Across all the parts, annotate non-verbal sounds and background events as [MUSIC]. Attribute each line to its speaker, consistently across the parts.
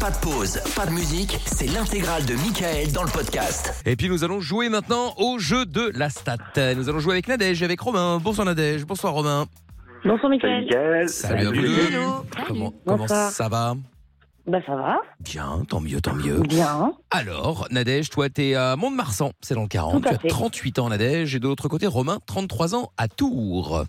Speaker 1: Pas de pause, pas de musique, c'est l'intégrale de Michael dans le podcast.
Speaker 2: Et puis nous allons jouer maintenant au jeu de la stat. Nous allons jouer avec Nadège, avec Romain. Bonsoir Nadège, bonsoir Romain.
Speaker 3: Bonsoir
Speaker 4: Salut
Speaker 3: Mickaël.
Speaker 4: Mickaël.
Speaker 2: à vous deux. Comment, comment
Speaker 3: Bonsoir.
Speaker 2: ça va
Speaker 3: Bah ça va,
Speaker 2: Bien, tant mieux, tant mieux.
Speaker 3: bien.
Speaker 2: Alors, Nadège, toi t'es à Mont-de-Marsan, c'est dans le 40.
Speaker 3: Tout à
Speaker 2: Tu as
Speaker 3: fait.
Speaker 2: 38 ans Nadège et de l'autre côté Romain, 33 ans à Tours.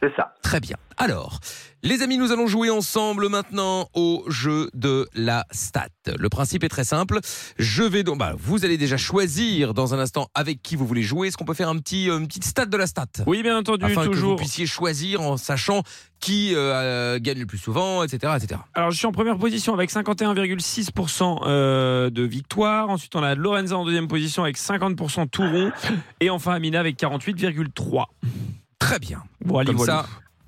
Speaker 4: C'est ça.
Speaker 2: Très bien. Alors, les amis, nous allons jouer ensemble maintenant au jeu de la stat. Le principe est très simple. Je vais donc, bah, vous allez déjà choisir dans un instant avec qui vous voulez jouer. Est-ce qu'on peut faire un petit, euh, une petite stat de la stat
Speaker 5: Oui, bien entendu,
Speaker 2: afin que vous
Speaker 5: toujours.
Speaker 2: puissiez choisir en sachant qui euh, euh, gagne le plus souvent, etc., etc.
Speaker 5: Alors, je suis en première position avec 51,6% euh, de victoire. Ensuite, on a Lorenza en deuxième position avec 50% tout rond. Et enfin, Amina avec 48,3%.
Speaker 2: Très bien.
Speaker 5: Bon, allez,
Speaker 2: Comme
Speaker 5: voilà.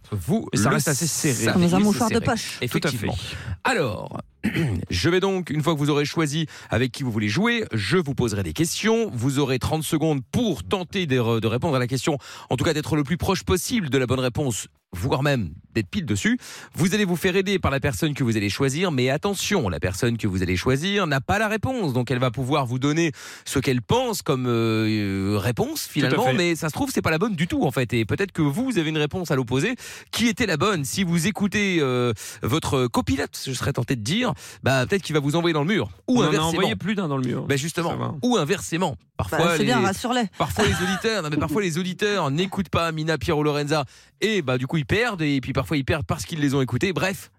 Speaker 2: ça, vous.
Speaker 5: Et ça
Speaker 2: le
Speaker 5: reste assez serré.
Speaker 2: savez,
Speaker 5: Comme
Speaker 6: dans un
Speaker 2: c'est
Speaker 6: mouchoir de
Speaker 2: serré.
Speaker 6: poche.
Speaker 5: Tout à fait.
Speaker 2: Effectivement. Alors, [CLEARS THROAT] je vais donc, une fois que vous aurez choisi avec qui vous voulez jouer, je vous poserai des questions. Vous aurez 30 secondes pour tenter de, re- de répondre à la question, en tout cas d'être le plus proche possible de la bonne réponse, voire même d'être pile dessus. Vous allez vous faire aider par la personne que vous allez choisir, mais attention, la personne que vous allez choisir n'a pas la réponse, donc elle va pouvoir vous donner ce qu'elle pense comme euh, euh, réponse finalement,
Speaker 5: fait.
Speaker 2: mais ça se trouve c'est pas la bonne du tout en fait, et peut-être que vous, vous avez une réponse à l'opposé qui était la bonne. Si vous écoutez euh, votre copilote, je serais tenté de dire, bah peut-être qu'il va vous envoyer dans le mur, ou
Speaker 5: on en a
Speaker 2: inversement.
Speaker 5: envoyé plus d'un dans le mur.
Speaker 2: Bah
Speaker 5: Ça
Speaker 2: justement,
Speaker 5: va.
Speaker 2: ou inversement.
Speaker 6: Bah,
Speaker 2: Parfois,
Speaker 6: c'est
Speaker 2: les,
Speaker 6: bien, rassure-les.
Speaker 2: parfois les auditeurs, non mais parfois les
Speaker 6: [LAUGHS]
Speaker 2: auditeurs n'écoutent pas Mina, Pierre ou Lorenza et bah du coup ils perdent et puis parfois ils perdent parce qu'ils les ont écoutés. Bref,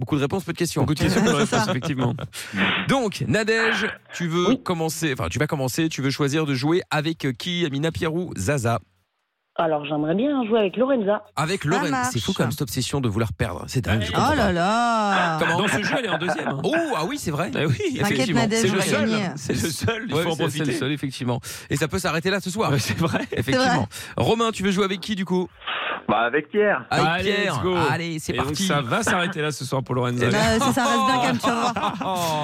Speaker 2: beaucoup de réponses, peu de questions.
Speaker 5: Beaucoup
Speaker 2: [LAUGHS]
Speaker 5: de questions pour la
Speaker 6: C'est ça.
Speaker 5: réponse, effectivement.
Speaker 2: Donc Nadège, tu veux commencer, enfin tu vas commencer, tu veux choisir de jouer avec euh, qui Mina, Pierre ou Zaza
Speaker 3: Alors j'aimerais bien jouer avec Lorenza.
Speaker 2: Avec
Speaker 6: Ça
Speaker 2: Lorenza.
Speaker 6: marche.
Speaker 2: C'est fou comme cette obsession de vouloir perdre. C'est dingue. je comprends
Speaker 6: Oh là
Speaker 2: pas.
Speaker 6: là
Speaker 2: Comment
Speaker 5: Dans ce jeu, elle est en deuxième. hein.
Speaker 2: Oh ah oui c'est vrai.
Speaker 5: [LAUGHS] Bah oui,
Speaker 6: T'inquiète,
Speaker 5: effectivement.
Speaker 6: Nadège,
Speaker 5: C'est
Speaker 6: on
Speaker 5: le
Speaker 6: va gagner.
Speaker 5: seul. C'est le seul. Il
Speaker 2: Ouais,
Speaker 5: faut en
Speaker 2: c'est- c'est le
Speaker 5: profiter.
Speaker 2: seul, effectivement. Et ça peut s'arrêter là ce soir.
Speaker 5: Ouais, C'est vrai.
Speaker 2: [LAUGHS] Effectivement. Romain, tu veux jouer avec qui du coup
Speaker 4: Bah, avec Pierre.
Speaker 2: Avec
Speaker 5: Allez,
Speaker 2: Pierre.
Speaker 5: let's go.
Speaker 2: Allez, c'est
Speaker 5: Et donc,
Speaker 2: parti.
Speaker 5: ça va s'arrêter là ce soir pour Lorenza.
Speaker 2: Eh ben,
Speaker 6: Bah, ça, ça reste bien calme, tu vas voir.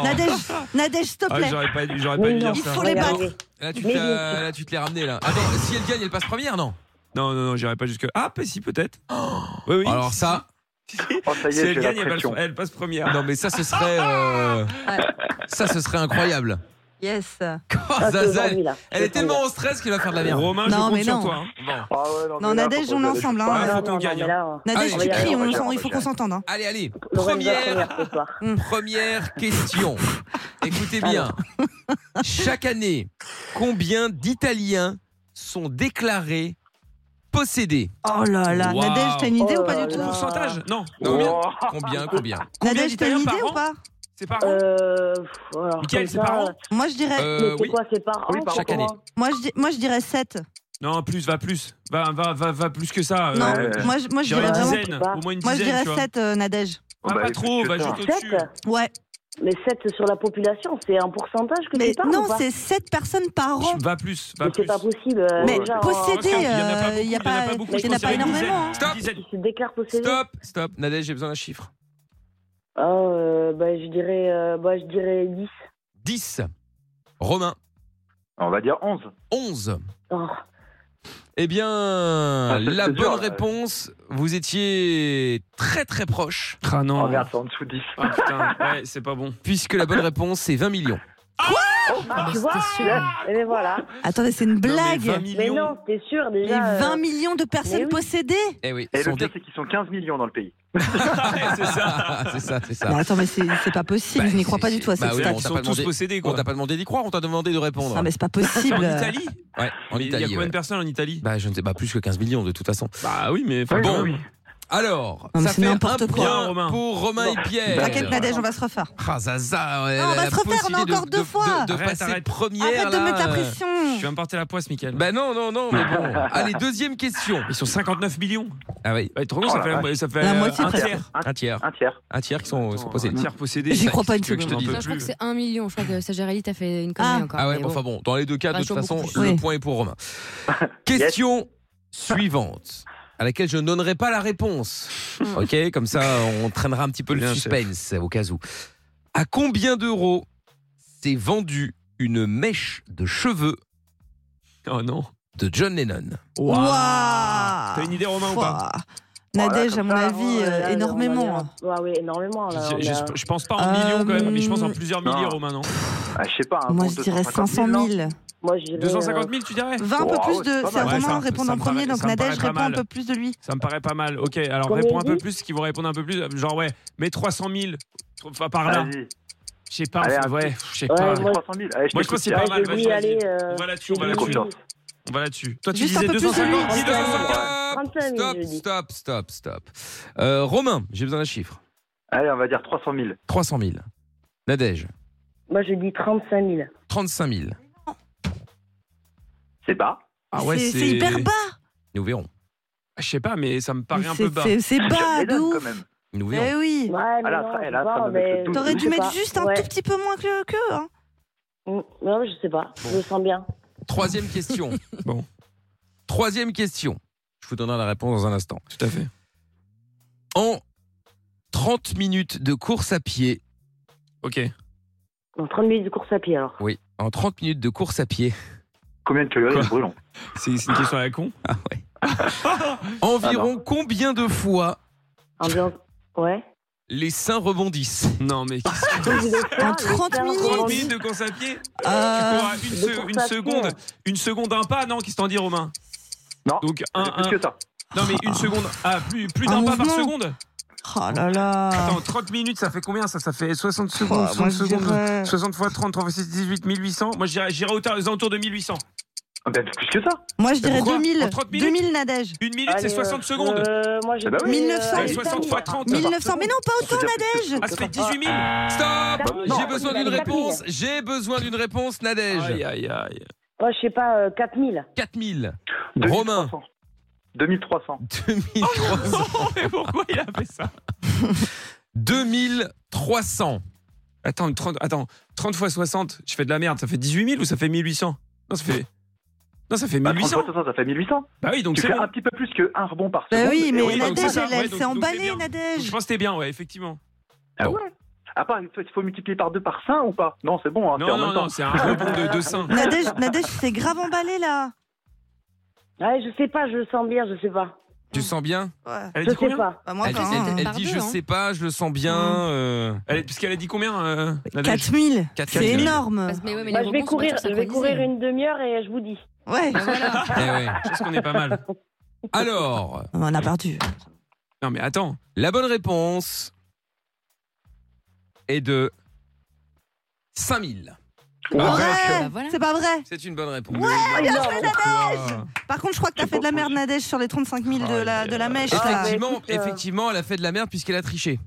Speaker 5: Oh.
Speaker 6: Nadège, Nadège, s'il te
Speaker 5: Ah,
Speaker 6: plaît.
Speaker 5: J'aurais pas dû j'aurais pas dû dire
Speaker 6: Il
Speaker 5: ça.
Speaker 6: faut les battre.
Speaker 2: Là, tu te
Speaker 3: Mais
Speaker 2: l'as-
Speaker 3: bien
Speaker 2: là, tu te l'es ramené là. Attends, si elle gagne, elle passe première, non
Speaker 5: Non, non, non, j'irai pas jusque. Ah, bah, si, peut-être. Oui, oui.
Speaker 2: Alors ça,
Speaker 4: Oh, ça y
Speaker 5: Si
Speaker 4: est,
Speaker 5: elle
Speaker 4: j'ai la
Speaker 5: gagne, elle passe,
Speaker 4: pression.
Speaker 5: elle passe première.
Speaker 2: non mais ça ce serait, euh,
Speaker 6: Ouais.
Speaker 2: ça ce serait incroyable.
Speaker 6: Yes.
Speaker 2: Oh,
Speaker 3: Ah, c'est
Speaker 2: Zaza,
Speaker 3: aujourd'hui, là.
Speaker 2: elle est tellement en stress qu'elle va faire de la merde.
Speaker 5: Romain,
Speaker 6: Non,
Speaker 5: je compte
Speaker 6: mais
Speaker 5: sur
Speaker 6: non.
Speaker 5: toi. hein.
Speaker 2: Bon.
Speaker 4: Ah ouais, non, mais
Speaker 6: Non,
Speaker 4: là,
Speaker 6: Nadège,
Speaker 4: faut
Speaker 6: on est
Speaker 4: qu'on
Speaker 6: ensemble, hein.
Speaker 4: gagne.
Speaker 3: Non,
Speaker 5: Ah, faut
Speaker 3: non,
Speaker 5: qu'on
Speaker 3: non,
Speaker 5: gagne,
Speaker 3: mais
Speaker 5: hein.
Speaker 3: là, hein.
Speaker 6: Nadège,
Speaker 2: Ah,
Speaker 6: tu
Speaker 2: oui,
Speaker 6: cries,
Speaker 2: oui,
Speaker 6: on
Speaker 4: oui,
Speaker 6: s'en-
Speaker 4: oui,
Speaker 6: il faut
Speaker 4: oui.
Speaker 6: qu'on s'entende. hein.
Speaker 2: Allez, allez.
Speaker 3: Lorenza
Speaker 2: Première,
Speaker 3: première ce soir.
Speaker 2: première question. Écoutez bien. Chaque année, combien d'Italiens sont déclarés possédés
Speaker 6: Oh là là,
Speaker 5: Wow.
Speaker 6: Nadège, t'as une idée
Speaker 3: Oh
Speaker 6: ou pas
Speaker 3: là
Speaker 6: du tout
Speaker 3: là.
Speaker 5: Pourcentage Non.
Speaker 2: Non, mais-
Speaker 4: Oh.
Speaker 2: Combien, combien
Speaker 6: Nadège, t'as une
Speaker 5: d'Italiens
Speaker 6: idée
Speaker 5: par
Speaker 6: ou pas
Speaker 5: C'est par an
Speaker 3: Euh, pff, alors, comme
Speaker 5: Mickaël, Ah, c'est
Speaker 3: ça,
Speaker 5: par an
Speaker 6: Moi, je dirais,
Speaker 3: mais
Speaker 2: Euh,
Speaker 3: c'est
Speaker 2: oui.
Speaker 3: quoi, c'est par
Speaker 4: Oui,
Speaker 3: an,
Speaker 4: par
Speaker 3: c'est
Speaker 2: chaque
Speaker 3: comment
Speaker 2: année.
Speaker 6: moi, je, dis- moi, je dirais 7.
Speaker 5: Non, plus, va plus. Va, va, va, va plus que ça.
Speaker 6: non,
Speaker 5: euh,
Speaker 4: ouais.
Speaker 6: moi, je, moi, je
Speaker 5: j'irais
Speaker 6: dirais
Speaker 3: dirais
Speaker 6: vraiment.
Speaker 3: je
Speaker 5: une
Speaker 3: sais
Speaker 5: dizaine.
Speaker 3: pas.
Speaker 5: Au moins une
Speaker 6: Moi,
Speaker 5: dizaine.
Speaker 6: je dirais
Speaker 5: tu vois.
Speaker 6: 7, euh, Nadège.
Speaker 5: Va
Speaker 4: Bah,
Speaker 5: pas
Speaker 4: écoute,
Speaker 5: trop, va
Speaker 4: putain.
Speaker 5: juste
Speaker 3: Sept
Speaker 5: au-dessus.
Speaker 6: Ouais.
Speaker 3: Mais 7 sur la population, c'est un pourcentage que
Speaker 6: Mais
Speaker 3: tu parles ou
Speaker 6: non,
Speaker 3: pas
Speaker 6: c'est 7 personnes par an.
Speaker 5: Va plus, va
Speaker 3: Mais
Speaker 5: plus.
Speaker 3: c'est pas possible. euh,
Speaker 6: Mais
Speaker 4: ouais.
Speaker 3: déjà,
Speaker 5: Parce
Speaker 6: posséder,
Speaker 5: qu'il y en a pas
Speaker 6: euh, il n'y a
Speaker 5: beaucoup,
Speaker 6: pas
Speaker 5: beaucoup,
Speaker 6: il
Speaker 5: je
Speaker 6: y en a
Speaker 5: pense
Speaker 6: pas
Speaker 5: qu'il y en a une dizaine.
Speaker 6: énormément. hein.
Speaker 2: Stop,
Speaker 3: en- Si tu te déclares possédé
Speaker 2: stop, stop. Nadège, j'ai besoin d'un chiffre.
Speaker 3: euh, bah, je, dirais, euh, bah, je dirais 10.
Speaker 2: 10. Romain,
Speaker 4: On va dire 11.
Speaker 2: 11.
Speaker 3: Oh,
Speaker 2: Eh bien,
Speaker 5: Ah,
Speaker 4: ça,
Speaker 2: la
Speaker 4: c'est
Speaker 2: bonne
Speaker 4: dur, là.
Speaker 2: réponse, vous étiez très très proche,
Speaker 5: Ah
Speaker 4: Oh,
Speaker 5: non.
Speaker 4: merde, c'est en dessous de 10.
Speaker 5: Ah putain, ouais, c'est pas bon.
Speaker 2: puisque la bonne réponse, c'est 20 millions.
Speaker 3: bah, tu vois
Speaker 6: sûr.
Speaker 3: Et mais voilà.
Speaker 6: Attendez, c'est une blague.
Speaker 5: Non, mais 20
Speaker 3: Mais
Speaker 5: millions.
Speaker 3: non, t'es sûr
Speaker 6: Mais
Speaker 3: déjà. euh,
Speaker 6: 20 millions de
Speaker 3: mais
Speaker 6: personnes
Speaker 3: oui.
Speaker 6: possédées
Speaker 2: Eh oui,
Speaker 4: Et
Speaker 2: sont
Speaker 4: le pire,
Speaker 2: des-
Speaker 4: c'est qu'ils sont 15 millions dans le pays.
Speaker 5: Ouais, c'est ça.
Speaker 2: Ah, [LAUGHS] c'est ça, c'est ça.
Speaker 6: Mais Bah, attends, mais c'est c'est pas possible,
Speaker 2: Bah,
Speaker 6: je n'y crois
Speaker 2: c'est-
Speaker 6: pas du tout à
Speaker 2: bah
Speaker 6: cette
Speaker 2: oui, on
Speaker 6: stat.
Speaker 5: Ils
Speaker 2: t'a
Speaker 5: sont
Speaker 2: pas
Speaker 5: tous
Speaker 2: demandé-
Speaker 5: possédés,
Speaker 2: On
Speaker 5: quoi.
Speaker 2: t'a pas demandé d'y croire, on t'a demandé de répondre.
Speaker 6: Non, mais c'est pas
Speaker 5: En
Speaker 6: possible.
Speaker 5: Italie
Speaker 2: Ouais, en
Speaker 5: Mais Il y a
Speaker 2: Italie.
Speaker 5: combien
Speaker 2: ouais.
Speaker 5: de personnes en Italie
Speaker 2: Bah, je ne sais pas, plus que 15 millions de toute façon.
Speaker 5: Bah oui, mais
Speaker 4: Oui,
Speaker 2: bon,
Speaker 4: oui, oui.
Speaker 2: Alors,
Speaker 6: Non, mais
Speaker 2: ça
Speaker 6: c'est
Speaker 2: fait un
Speaker 6: n'importe quoi.
Speaker 2: point
Speaker 5: Romain.
Speaker 2: pour Romain et Pierre.
Speaker 6: T'inquiète, Nadège, on va se refaire.
Speaker 2: Ah, Zaza, ouais,
Speaker 6: Non, on
Speaker 2: la-
Speaker 6: va
Speaker 2: la
Speaker 6: se refaire, on a
Speaker 2: possibilité de-
Speaker 6: encore deux
Speaker 2: de-
Speaker 6: fois.
Speaker 2: De, de
Speaker 5: Arrête,
Speaker 2: passer
Speaker 5: arrête.
Speaker 2: première.
Speaker 6: Arrête de
Speaker 2: là,
Speaker 6: mettre la
Speaker 2: euh,
Speaker 6: pression.
Speaker 5: Tu vas me porter la poisse, Michael.
Speaker 2: Bah non, non, non, mais
Speaker 5: [LAUGHS]
Speaker 2: bon. Allez, deuxième question.
Speaker 5: Ils sont 59 millions.
Speaker 2: Ah oui,
Speaker 5: Ouais, trop gros,
Speaker 4: Oh
Speaker 5: ça
Speaker 4: la
Speaker 5: fait,
Speaker 4: vache.
Speaker 5: la- ça fait
Speaker 6: La
Speaker 5: euh,
Speaker 6: moitié
Speaker 5: un
Speaker 6: presque.
Speaker 5: tiers.
Speaker 2: un tiers.
Speaker 4: Un tiers.
Speaker 2: Un tiers qui sont, sont possédés.
Speaker 5: Un tiers possédé.
Speaker 6: J'y crois pas une
Speaker 5: Tu veux que je te
Speaker 6: seconde.
Speaker 5: dise
Speaker 7: Ça, je crois que c'est un million. Je crois que Sajarelli t'a fait une
Speaker 6: Ah.
Speaker 7: connerie encore.
Speaker 2: Ah ouais,
Speaker 7: mais
Speaker 2: bon,
Speaker 7: bon.
Speaker 2: enfin bon, dans les deux cas, de
Speaker 7: Bah,
Speaker 2: toute
Speaker 7: sûrement
Speaker 2: façon,
Speaker 7: beaucoup
Speaker 2: le
Speaker 6: plus. Oui.
Speaker 2: point est pour Romain. Question suivante, à laquelle je ne donnerai pas la réponse. Ok, comme ça, on traînera un petit peu le
Speaker 5: Bien,
Speaker 2: suspense au cas où. À combien d'euros s'est vendue une mèche de cheveux
Speaker 5: Oh non.
Speaker 2: de John Lennon
Speaker 6: Waouh
Speaker 5: T'as une idée, Romain, ou pas
Speaker 6: Pouah. Nadège, à
Speaker 4: comme
Speaker 6: mon
Speaker 3: Ah,
Speaker 4: ça,
Speaker 6: avis,
Speaker 4: ouais,
Speaker 6: euh,
Speaker 4: là,
Speaker 6: énormément. hein.
Speaker 3: Ouais, oui, énormément. Là,
Speaker 5: Je,
Speaker 3: on
Speaker 5: je-
Speaker 3: a-
Speaker 5: je pense pas en
Speaker 6: Euh,
Speaker 5: millions quand même, mais je pense en plusieurs
Speaker 4: non.
Speaker 5: milliers, Romain, non
Speaker 4: Ah, je sais pas. hein,
Speaker 6: Moi,
Speaker 4: pour
Speaker 6: je dirais
Speaker 4: 250
Speaker 6: 500 000.
Speaker 3: Moi,
Speaker 6: Euh,
Speaker 3: je dirais,
Speaker 5: 250 000, tu dirais
Speaker 6: 20 un
Speaker 4: Oh,
Speaker 6: peu
Speaker 4: ouais,
Speaker 6: plus
Speaker 4: c'est
Speaker 6: de.
Speaker 4: pas
Speaker 6: C'est à
Speaker 5: mal. Ouais, ça
Speaker 6: Romain
Speaker 5: me-
Speaker 6: répond
Speaker 5: ça
Speaker 6: en
Speaker 5: me
Speaker 6: premier,
Speaker 5: paraît-
Speaker 6: donc
Speaker 5: ça me paraît
Speaker 6: Nadège
Speaker 5: pas
Speaker 6: répond un
Speaker 5: mal.
Speaker 6: peu plus de lui.
Speaker 5: Ça me paraît pas mal. Ok, alors
Speaker 3: Combien
Speaker 5: réponds un
Speaker 3: il
Speaker 5: peu
Speaker 3: dit
Speaker 5: plus, qui vous répondent un peu plus. Genre, ouais, mais 300 000, enfin, par là.
Speaker 4: Vas-y.
Speaker 5: Je sais pas,
Speaker 4: Allez,
Speaker 5: enfin,
Speaker 4: un
Speaker 5: ouais, je sais
Speaker 3: Ouais,
Speaker 5: pas.
Speaker 3: moi-
Speaker 4: 300 000. Allez, je
Speaker 5: Ah. Moi, je pense que c'est
Speaker 4: t'écoute,
Speaker 5: pas
Speaker 3: Ouais,
Speaker 4: Pierre.
Speaker 5: mal.
Speaker 3: je
Speaker 5: Vas-y,
Speaker 3: dis,
Speaker 5: vas-y.
Speaker 3: allez,
Speaker 5: On
Speaker 3: euh,
Speaker 5: va là-dessus, on va
Speaker 4: J'ai
Speaker 5: là-dessus.
Speaker 4: confiance.
Speaker 5: On va là-dessus. Toi, tu
Speaker 6: Juste un
Speaker 5: disais
Speaker 6: peu plus de
Speaker 5: 250 000,
Speaker 3: lui.
Speaker 5: dis 250
Speaker 3: 35 000,
Speaker 2: Stop,
Speaker 3: je dis.
Speaker 2: stop, stop, stop. Euh, Romain, j'ai besoin d'un chiffre.
Speaker 4: Allez, on va dire 300 000.
Speaker 2: 300 000. Nadège,
Speaker 3: moi, je dis 35 000.
Speaker 2: 35 000.
Speaker 4: C'est bas.
Speaker 5: Ah
Speaker 6: C'est- c'est hyper bas.
Speaker 2: Nous verrons.
Speaker 5: Je sais pas, mais ça me paraît un
Speaker 6: C'est-
Speaker 5: peu bas.
Speaker 6: c'est- C'est
Speaker 4: Je
Speaker 6: bas,
Speaker 4: les
Speaker 6: de
Speaker 4: donne, quand
Speaker 6: ouf.
Speaker 4: même.
Speaker 2: Nous verrons.
Speaker 6: Eh oui.
Speaker 5: Ah,
Speaker 3: Ouais, mais
Speaker 4: Elle a
Speaker 3: non,
Speaker 4: tra-
Speaker 3: je
Speaker 4: elle
Speaker 3: sais
Speaker 4: a
Speaker 3: pas,
Speaker 4: train de mettre
Speaker 3: mais-
Speaker 4: tout.
Speaker 6: T'aurais
Speaker 3: je
Speaker 6: dû
Speaker 3: sais
Speaker 6: mettre
Speaker 3: pas.
Speaker 6: juste un
Speaker 3: Ouais.
Speaker 6: tout petit peu moins que que eux. hein.
Speaker 3: Mm, Non, je sais pas. Je le sens bien.
Speaker 2: Troisième question.
Speaker 5: Bon.
Speaker 2: Troisième question. Je vous donnerai la réponse dans un instant.
Speaker 5: Tout à fait.
Speaker 2: En 30 minutes de course à pied,
Speaker 5: Ok.
Speaker 3: Dans 30 minutes de course à pied, alors.
Speaker 2: oui, en 30 minutes de course à pied,
Speaker 4: Combien de calories
Speaker 5: Quoi
Speaker 4: nous brûlons
Speaker 5: C'est c'est une question à la con.
Speaker 2: environ combien de fois
Speaker 3: Ambiance. Ouais.
Speaker 2: les seins rebondissent
Speaker 5: Non, mais
Speaker 6: Ah,
Speaker 5: qu'est-ce
Speaker 6: En 30
Speaker 5: que-
Speaker 6: minutes.
Speaker 5: 30 minutes de course à pied Tu
Speaker 6: Euh,
Speaker 5: cours à une,
Speaker 3: de
Speaker 5: se-
Speaker 3: course
Speaker 5: une
Speaker 3: à pied.
Speaker 5: seconde, une seconde un pas, non Qu'est-ce que t'en dis, Romain
Speaker 4: Non, Euh,
Speaker 5: Donc un,
Speaker 4: C'est
Speaker 5: un-
Speaker 4: plus que ça.
Speaker 5: non mais une seconde, ah plus, plus
Speaker 6: Un
Speaker 5: d'un pas par
Speaker 6: mouvement.
Speaker 5: seconde.
Speaker 6: Oh là là.
Speaker 5: Attends, 30 minutes, ça fait combien ça Ça fait 60
Speaker 6: Oh,
Speaker 5: secondes,
Speaker 6: moi,
Speaker 5: 60
Speaker 6: je
Speaker 5: secondes.
Speaker 6: dirais-
Speaker 5: 60 fois 30, 3 fois 6, 18, 1800. Moi, je dirais- j'irais autour- aux alentours de 1800.
Speaker 4: Ah, ben, plus que ça.
Speaker 6: Moi, je dirais
Speaker 5: Pourquoi
Speaker 6: 2000.
Speaker 5: En 30 minutes
Speaker 6: 2000 Nadège.
Speaker 5: Une minute, c'est
Speaker 3: Allez,
Speaker 5: 60
Speaker 3: euh,
Speaker 5: secondes.
Speaker 3: euh, moi, je
Speaker 4: Eh ben
Speaker 3: dis,
Speaker 4: oui.
Speaker 3: euh,
Speaker 6: 1900.
Speaker 3: allez,
Speaker 5: 60 fois 30.
Speaker 6: 1900. Mais non, pas
Speaker 4: On peut
Speaker 6: autour
Speaker 4: dire plus
Speaker 6: Nadège.
Speaker 4: que
Speaker 5: ah, ça fait 18 000
Speaker 2: Stop
Speaker 3: Bah,
Speaker 4: non,
Speaker 2: J'ai besoin
Speaker 3: il a
Speaker 2: d'une
Speaker 3: les quatre mille.
Speaker 2: réponse. J'ai besoin d'une réponse,
Speaker 5: Aïe,
Speaker 2: Nadège.
Speaker 5: aïe, aïe. [LAUGHS]
Speaker 3: Moi, je sais pas, euh, 4000.
Speaker 2: 4000.
Speaker 4: 2300.
Speaker 2: Romain.
Speaker 4: 2300.
Speaker 2: 2300.
Speaker 6: [LAUGHS]
Speaker 5: mais pourquoi il a fait ça
Speaker 2: 2300.
Speaker 5: Attends, une 30, attends, 30 fois 60, je fais de la merde. Ça fait 18 000 ou ça fait 1800 Non, ça fait. Non, ça fait
Speaker 4: Bah,
Speaker 5: 1800.
Speaker 4: 3300, ça fait 1800.
Speaker 5: Bah oui, donc
Speaker 4: Tu
Speaker 5: c'est
Speaker 4: fais
Speaker 5: bon.
Speaker 4: un petit peu plus qu'un rebond par
Speaker 6: Bah
Speaker 4: seconde.
Speaker 6: oui,
Speaker 4: Et
Speaker 6: mais
Speaker 4: on
Speaker 5: oui,
Speaker 4: est
Speaker 5: donc
Speaker 6: Nadège,
Speaker 5: c'est ça,
Speaker 6: elle,
Speaker 5: ouais,
Speaker 6: elle
Speaker 5: donc-
Speaker 6: s'est
Speaker 5: donc c'est
Speaker 6: emballée,
Speaker 5: bien. Je
Speaker 6: Nadège.
Speaker 5: pense que t'es bien, ouais, effectivement.
Speaker 4: Ah ouais À part, il faut- il faut multiplier par 2 par 5 ou pas Non, c'est bon, hein, c'est
Speaker 5: Non,
Speaker 4: en
Speaker 5: non,
Speaker 4: même temps.
Speaker 5: non, c'est un rebond de 200.
Speaker 6: Nadège, Nadège s'est grave emballée là.
Speaker 3: Ouais, je sais pas, je le sens bien, je sais pas.
Speaker 2: Tu sens bien
Speaker 6: Ouais.
Speaker 5: Elle a
Speaker 3: Je
Speaker 5: dit
Speaker 3: sais
Speaker 5: combien
Speaker 3: pas.
Speaker 6: Bah, moi,
Speaker 2: Elle,
Speaker 6: quand
Speaker 2: elle-
Speaker 6: même.
Speaker 2: elle
Speaker 7: Par
Speaker 2: dit
Speaker 7: deux,
Speaker 2: je
Speaker 7: hein.
Speaker 2: sais pas, je le sens bien.
Speaker 6: Mm.
Speaker 2: euh,
Speaker 5: Elle est- Parce qu'elle a dit combien euh, Nadège
Speaker 6: 4000. C'est
Speaker 2: 4000.
Speaker 6: énorme.
Speaker 7: Parce- mais ouais, mais les
Speaker 3: Bah, je vais
Speaker 7: rebonds sont pas
Speaker 3: courir,
Speaker 7: tous
Speaker 3: je vais courir
Speaker 7: synchronisés.
Speaker 3: une demi-heure et je vous dis.
Speaker 6: Ouais.
Speaker 7: Bah voilà.
Speaker 2: eh ouais.
Speaker 5: Je pense qu'on est pas mal.
Speaker 2: Alors,
Speaker 6: On a perdu.
Speaker 5: Non, mais attends.
Speaker 2: la bonne réponse est de 5000.
Speaker 7: Bah
Speaker 6: Ouais.
Speaker 7: voilà.
Speaker 6: C'est pas vrai.
Speaker 2: Ah, C'est une bonne réponse.
Speaker 5: Pourquoi
Speaker 6: Par contre, je crois que t'as fait de la merde, Nadège, sur les 35 000
Speaker 5: Oh,
Speaker 6: de la, de la mèche. là.
Speaker 3: Effectivement.
Speaker 2: Effectivement,
Speaker 3: écoute, euh,
Speaker 2: effectivement, elle a fait de la merde puisqu'elle a triché.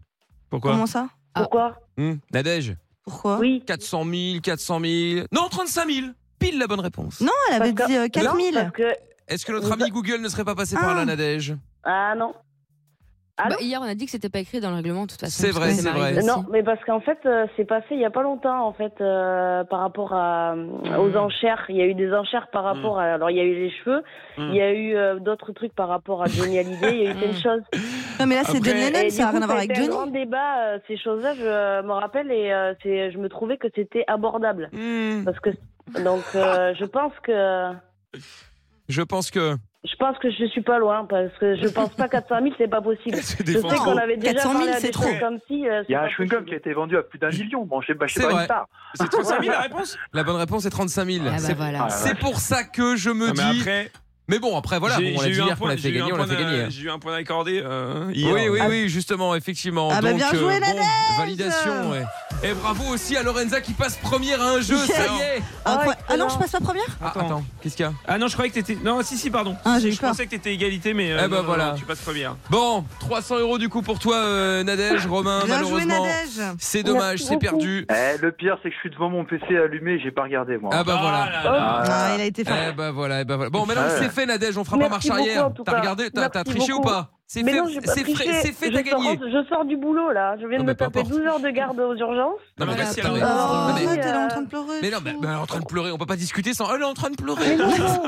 Speaker 5: Pourquoi
Speaker 6: Comment ça
Speaker 7: Ah.
Speaker 3: Pourquoi
Speaker 2: Hmm, Nadège,
Speaker 6: Pourquoi
Speaker 3: Oui.
Speaker 2: 400 000, 400 000. Non, 35 000. Pile la bonne réponse.
Speaker 6: Non, elle avait
Speaker 3: Parce
Speaker 6: dit euh,
Speaker 3: Non,
Speaker 6: 4000.
Speaker 3: parce que...
Speaker 2: Est-ce que notre ami Google ne serait pas passé par
Speaker 6: Ah.
Speaker 2: là, Nadège
Speaker 3: Ah non. Allô
Speaker 7: Bah, Hier, on a dit que c'était pas écrit dans le règlement, de toute façon.
Speaker 2: C'est
Speaker 7: parce
Speaker 2: vrai,
Speaker 7: que
Speaker 2: c'est
Speaker 7: m'arrive
Speaker 2: vrai.
Speaker 7: aussi.
Speaker 3: Non, mais parce qu'en fait, euh, c'est passé il y a pas longtemps, en fait, euh, par rapport à, euh, aux enchères. Il y a eu des enchères par rapport à. Alors, il y a eu les cheveux, il y a eu euh, d'autres trucs par rapport à Johnny Hallyday, il y a eu plein de choses.
Speaker 6: Non, mais là, c'est
Speaker 5: Après-
Speaker 6: John
Speaker 3: Et
Speaker 6: Lennon,
Speaker 3: du
Speaker 6: ça n'a
Speaker 3: coup,
Speaker 6: rien à voir
Speaker 3: a été
Speaker 6: avec
Speaker 3: un grand
Speaker 6: Johnny.
Speaker 3: débat, euh, ces choses-là, je euh, me rappelle, et euh, c'est- je me trouvais que c'était abordable.
Speaker 2: Hmm,
Speaker 3: Parce que. Donc, euh, je pense que.
Speaker 2: Je pense que.
Speaker 3: Je pense que je suis pas loin, parce que je pense pas 400 000, c'est pas possible.
Speaker 2: C'est
Speaker 3: Je sais qu'on avait déjà
Speaker 6: 400 000,
Speaker 3: parlé à des
Speaker 6: c'est trop.
Speaker 3: choses comme si. euh,
Speaker 4: Il y a
Speaker 3: c'est pas
Speaker 4: un chewing-gum
Speaker 3: possible.
Speaker 4: qui a été vendu à plus d'un million. Bon, je sais pas, je sais
Speaker 2: C'est
Speaker 4: pas
Speaker 2: vrai.
Speaker 4: une star.
Speaker 5: C'est 35 000 la réponse
Speaker 2: La bonne réponse est 35 000.
Speaker 7: Ah bah
Speaker 2: C'est-
Speaker 7: voilà.
Speaker 4: Ah,
Speaker 2: C'est pour ça que je me
Speaker 5: Non,
Speaker 2: dis.
Speaker 5: mais après,
Speaker 2: Mais bon, après, voilà,
Speaker 5: j'ai
Speaker 2: bon, on a
Speaker 5: j'ai
Speaker 2: dit
Speaker 5: eu un
Speaker 2: hier qu'on
Speaker 5: point,
Speaker 2: a fait
Speaker 5: j'ai eu un
Speaker 2: gagner, on a
Speaker 5: point
Speaker 2: fait gagner.
Speaker 5: d'un-
Speaker 2: hein.
Speaker 5: j'ai eu un point d'accordé. euh, hier.
Speaker 2: Oui, oui, oui, justement, effectivement.
Speaker 6: Ah bah,
Speaker 2: Donc, euh,
Speaker 6: bien joué, Nadège
Speaker 2: validation. ouais. Et bravo aussi à Lorenza qui passe première à un
Speaker 6: [LAUGHS]
Speaker 2: jeu, ça y est.
Speaker 3: Ah ouais,
Speaker 6: Incroyable. Ah non, je passe la première
Speaker 2: Ah, attends, qu'est-ce qu'il y a
Speaker 5: Ah non, je croyais que t'étais. Non, si, si, pardon.
Speaker 6: Ah, j'ai eu
Speaker 5: Je
Speaker 6: peur.
Speaker 5: pensais que t'étais égalité, mais. euh,
Speaker 2: Eh ben
Speaker 5: non, non,
Speaker 2: voilà.
Speaker 5: non, Tu passes première.
Speaker 2: Bon, 300 euros du coup pour toi, euh, Nadège, Romain,
Speaker 5: Ah,
Speaker 6: Bien joué,
Speaker 2: malheureusement.
Speaker 6: Nadège.
Speaker 2: C'est dommage,
Speaker 3: Merci
Speaker 2: c'est
Speaker 3: beaucoup.
Speaker 2: perdu.
Speaker 4: Eh, le pire, c'est que je suis devant mon PC allumé, j'ai pas regardé, moi.
Speaker 2: Ah bah
Speaker 5: Ah
Speaker 2: voilà.
Speaker 5: là là.
Speaker 6: Ah,
Speaker 4: Ah,
Speaker 6: il a été fort.
Speaker 2: Eh bah voilà, eh bah voilà. Bon, maintenant
Speaker 4: Ouais.
Speaker 2: c'est fait, Nadège, on fera pas marche
Speaker 3: Merci
Speaker 2: arrière.
Speaker 3: beaucoup, en tout
Speaker 2: T'as
Speaker 3: cas.
Speaker 2: regardé, t'as t'as
Speaker 3: Merci
Speaker 2: triché ou
Speaker 3: beaucoup.
Speaker 2: pas C'est
Speaker 3: Mais
Speaker 2: fait,
Speaker 3: non, j'ai pas
Speaker 2: c'est
Speaker 3: triché.
Speaker 2: fait, c'est fait, t'as
Speaker 3: je sors,
Speaker 2: gagné.
Speaker 3: je sors du boulot là. Je viens
Speaker 2: Non,
Speaker 3: de
Speaker 2: mais
Speaker 3: me
Speaker 2: peu
Speaker 3: taper
Speaker 2: importe.
Speaker 3: 12 heures de Ah, garde aux urgences.
Speaker 2: Non, mais
Speaker 7: Voilà,
Speaker 2: vas-y,
Speaker 7: attends.
Speaker 2: arrête.
Speaker 6: Oh,
Speaker 5: Ah,
Speaker 2: Non, mais-
Speaker 6: arrête, elle est en train de pleurer.
Speaker 2: bah, Mais non, mais, mais elle est en train de pleurer, on peut pas discuter sans. Elle est en train de pleurer. [LAUGHS]
Speaker 3: Mais non, non.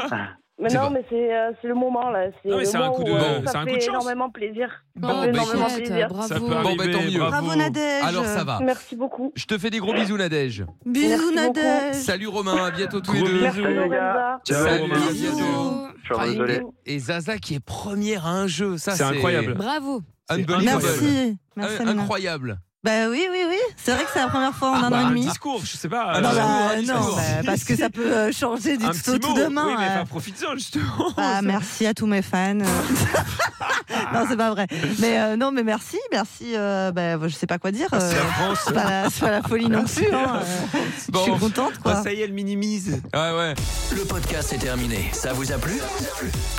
Speaker 3: Mais
Speaker 2: C'est
Speaker 3: non,
Speaker 2: pas-
Speaker 3: mais c'est euh, c'est le moment là. C'est
Speaker 5: Non, mais
Speaker 3: le
Speaker 5: c'est un
Speaker 3: moment
Speaker 5: coup
Speaker 3: où,
Speaker 5: de-
Speaker 3: euh,
Speaker 5: c'est
Speaker 3: ça
Speaker 5: un
Speaker 3: fait
Speaker 5: coup de chance.
Speaker 3: énormément plaisir.
Speaker 7: Bon,
Speaker 3: Ça fait
Speaker 7: bah,
Speaker 3: énormément
Speaker 7: chouette,
Speaker 3: plaisir.
Speaker 5: Ça
Speaker 7: bravo.
Speaker 5: peut
Speaker 2: Bon, bah,
Speaker 5: arriver,
Speaker 2: tant mieux.
Speaker 6: Bravo Nadège.
Speaker 2: Alors ça va.
Speaker 3: Merci beaucoup.
Speaker 2: Je te fais des gros bisous, Nadège.
Speaker 6: Bisous
Speaker 3: Merci
Speaker 6: Nadège.
Speaker 2: Salut Romain, à bientôt tous les
Speaker 5: Gros
Speaker 2: deux.
Speaker 5: bisous.
Speaker 3: Merci
Speaker 4: les gars.
Speaker 3: Lorenza.
Speaker 5: Ciao,
Speaker 2: Salut,
Speaker 5: Romain.
Speaker 2: à bientôt.
Speaker 7: Bisous.
Speaker 4: Je suis désolé.
Speaker 2: Et Zaza qui est première à un jeu, ça
Speaker 5: C'est incroyable.
Speaker 7: Bravo.
Speaker 5: C'est
Speaker 2: Unbelievable.
Speaker 5: Euh,
Speaker 6: Merci.
Speaker 2: Ah,
Speaker 6: Merci Amina.
Speaker 2: Incroyable.
Speaker 6: Bah oui, oui, oui. C'est vrai que c'est la première fois en
Speaker 5: Ah
Speaker 6: un
Speaker 5: bah,
Speaker 6: an et
Speaker 5: un
Speaker 6: demi.
Speaker 5: discours, je sais pas.
Speaker 2: Ah,
Speaker 6: Ah
Speaker 5: euh,
Speaker 6: bah,
Speaker 2: bah,
Speaker 5: un
Speaker 6: non,
Speaker 5: discours.
Speaker 6: bah, parce que ça peut euh, changer du
Speaker 5: un
Speaker 6: tout au
Speaker 5: petit
Speaker 6: tout
Speaker 5: mot.
Speaker 6: demain.
Speaker 5: Oui, mais
Speaker 6: euh.
Speaker 5: enfin, profite-en justement.
Speaker 6: Bah, merci à tous mes
Speaker 5: [LAUGHS]
Speaker 6: fans. euh. non, c'est pas vrai. Mais euh, non, mais merci, merci. euh, bah, je sais pas quoi dire. euh,
Speaker 5: Ah, C'est Ah, la France.
Speaker 6: c'est pas la, c'est pas la folie non plus. hein, euh. Je suis
Speaker 2: Bon.
Speaker 6: contente,
Speaker 5: Ah,
Speaker 6: quoi.
Speaker 5: ça y est, elle minimise.
Speaker 2: Ouais, ouais.
Speaker 1: Le podcast est terminé. Ça vous a plu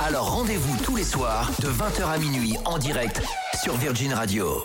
Speaker 1: Alors rendez-vous tous les soirs de 20h à minuit en direct sur Virgin Radio.